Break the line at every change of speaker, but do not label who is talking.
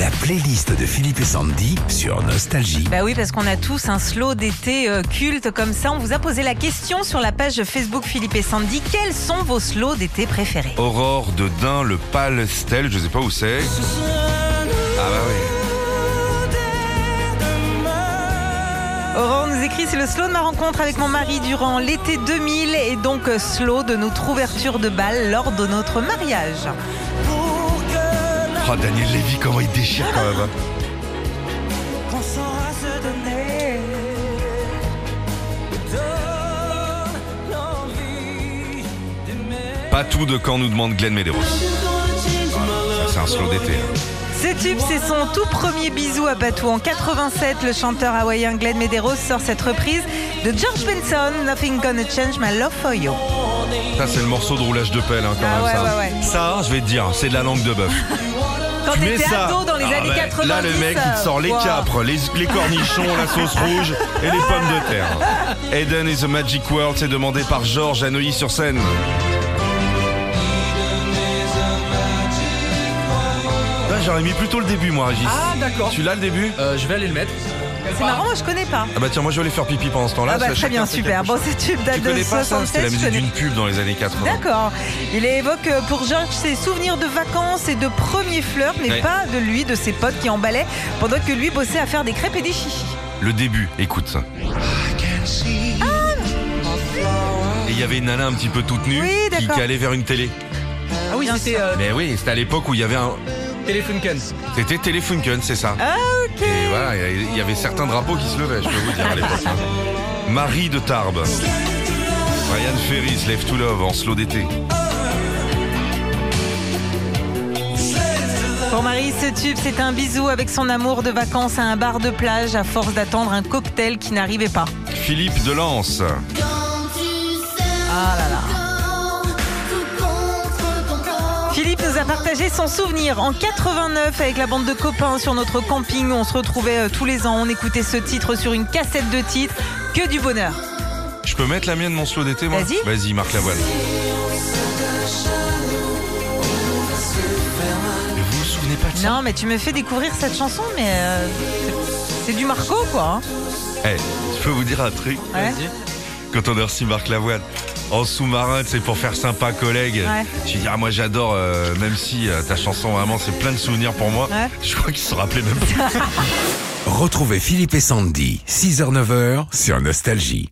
La playlist de Philippe et Sandy sur Nostalgie.
Bah oui, parce qu'on a tous un slow d'été euh, culte comme ça. On vous a posé la question sur la page Facebook Philippe et Sandy. Quels sont vos slows d'été préférés
Aurore de Dain, le Palestel, je sais pas où c'est. Ah bah oui.
Aurore nous écrit c'est le slow de ma rencontre avec mon mari durant l'été 2000 et donc euh, slow de notre ouverture de bal lors de notre mariage.
Oh Daniel Lévy, comment il déchire quand même. hein. Pas tout de quand nous demande Glenn Medeiros. Ça, C'est un slow d'été. hein.
Ce tube, c'est son tout premier bisou à Patou. En 87, le chanteur hawaïen Glenn Medeiros sort cette reprise de George Benson, Nothing Gonna Change My Love For You.
Ça c'est le morceau de roulage de pelle hein, quand
Ah
même.
ouais,
ça.
ouais, ouais.
ça, je vais te dire, c'est de la langue de bœuf.
Quand
Tu mets
t'étais
ça.
ado dans les
Ah
années
ouais,
90.
Là, le mec, il te sort les
euh, wow.
capres, les, les cornichons, la sauce rouge et les pommes de terre. Eden is the Magic World, c'est demandé par Georges à Neuilly-sur-Seine. Là, Ah, j'aurais mis plutôt le début, moi, Régis.
Ah, d'accord.
Tu l'as le début
Euh, je vais aller le mettre.
C'est marrant, moi je connais pas.
Ah bah tiens, moi, je vais aller faire pipi pendant ce temps-là.
Ah bah
parce que
très bien,
chacun fait
super.
quelque
Bon,
chose.
ce tube date
Tu
de
connais pas ça
76,
C'était la
je
musique
connais.
d'une pub dans les années 80.
D'accord. Il évoque euh, pour Georges ses souvenirs de vacances et de premiers flirts, mais
Ouais.
pas de lui, de ses potes qui emballaient, pendant que lui bossait à faire des crêpes et des chichis.
Le début, écoute ça. Et il y avait une nana un petit peu toute nue
Oui,
qui,
d'accord.
qui allait vers une télé.
Ah oui, c'était euh,
Mais oui, c'était à l'époque où il y avait un.
Telefunkens.
C'était Telefunken, c'est ça.
Ah, ok.
Et voilà, il y avait certains drapeaux qui se levaient, je peux vous dire à l'époque. hein. Marie de Tarbes. Ryan Ferris, Lève to Love en slow d'été.
Pour Marie, ce tube, c'est un bisou avec son amour de vacances à un bar de plage à force d'attendre un cocktail qui n'arrivait pas.
Philippe de Lance.
Ah là là. Philippe nous a partagé son souvenir en 89 avec la bande de copains sur notre camping. On se retrouvait euh, tous les ans, on écoutait ce titre sur une cassette de titres. Que du bonheur.
Je peux mettre la mienne, mon slow d'été, moi
Vas-y.
Vas-y, Marc Lavoine. Mais Vous vous souvenez pas de ça
Non, mais tu me fais découvrir cette chanson, mais euh, c'est- c'est du Marco, quoi. hein.
Eh, je peux vous dire un truc
Ouais.
quand on a reçu Marc Lavoine en sous-marin, c'est pour faire sympa collègue.
Ouais.
Tu dis ah moi j'adore euh, même si euh, ta chanson vraiment c'est plein de souvenirs pour moi.
Ouais.
Je crois qu'il se rappelait même plus.
Retrouvez Philippe et Sandy, 6h-9h sur Nostalgie.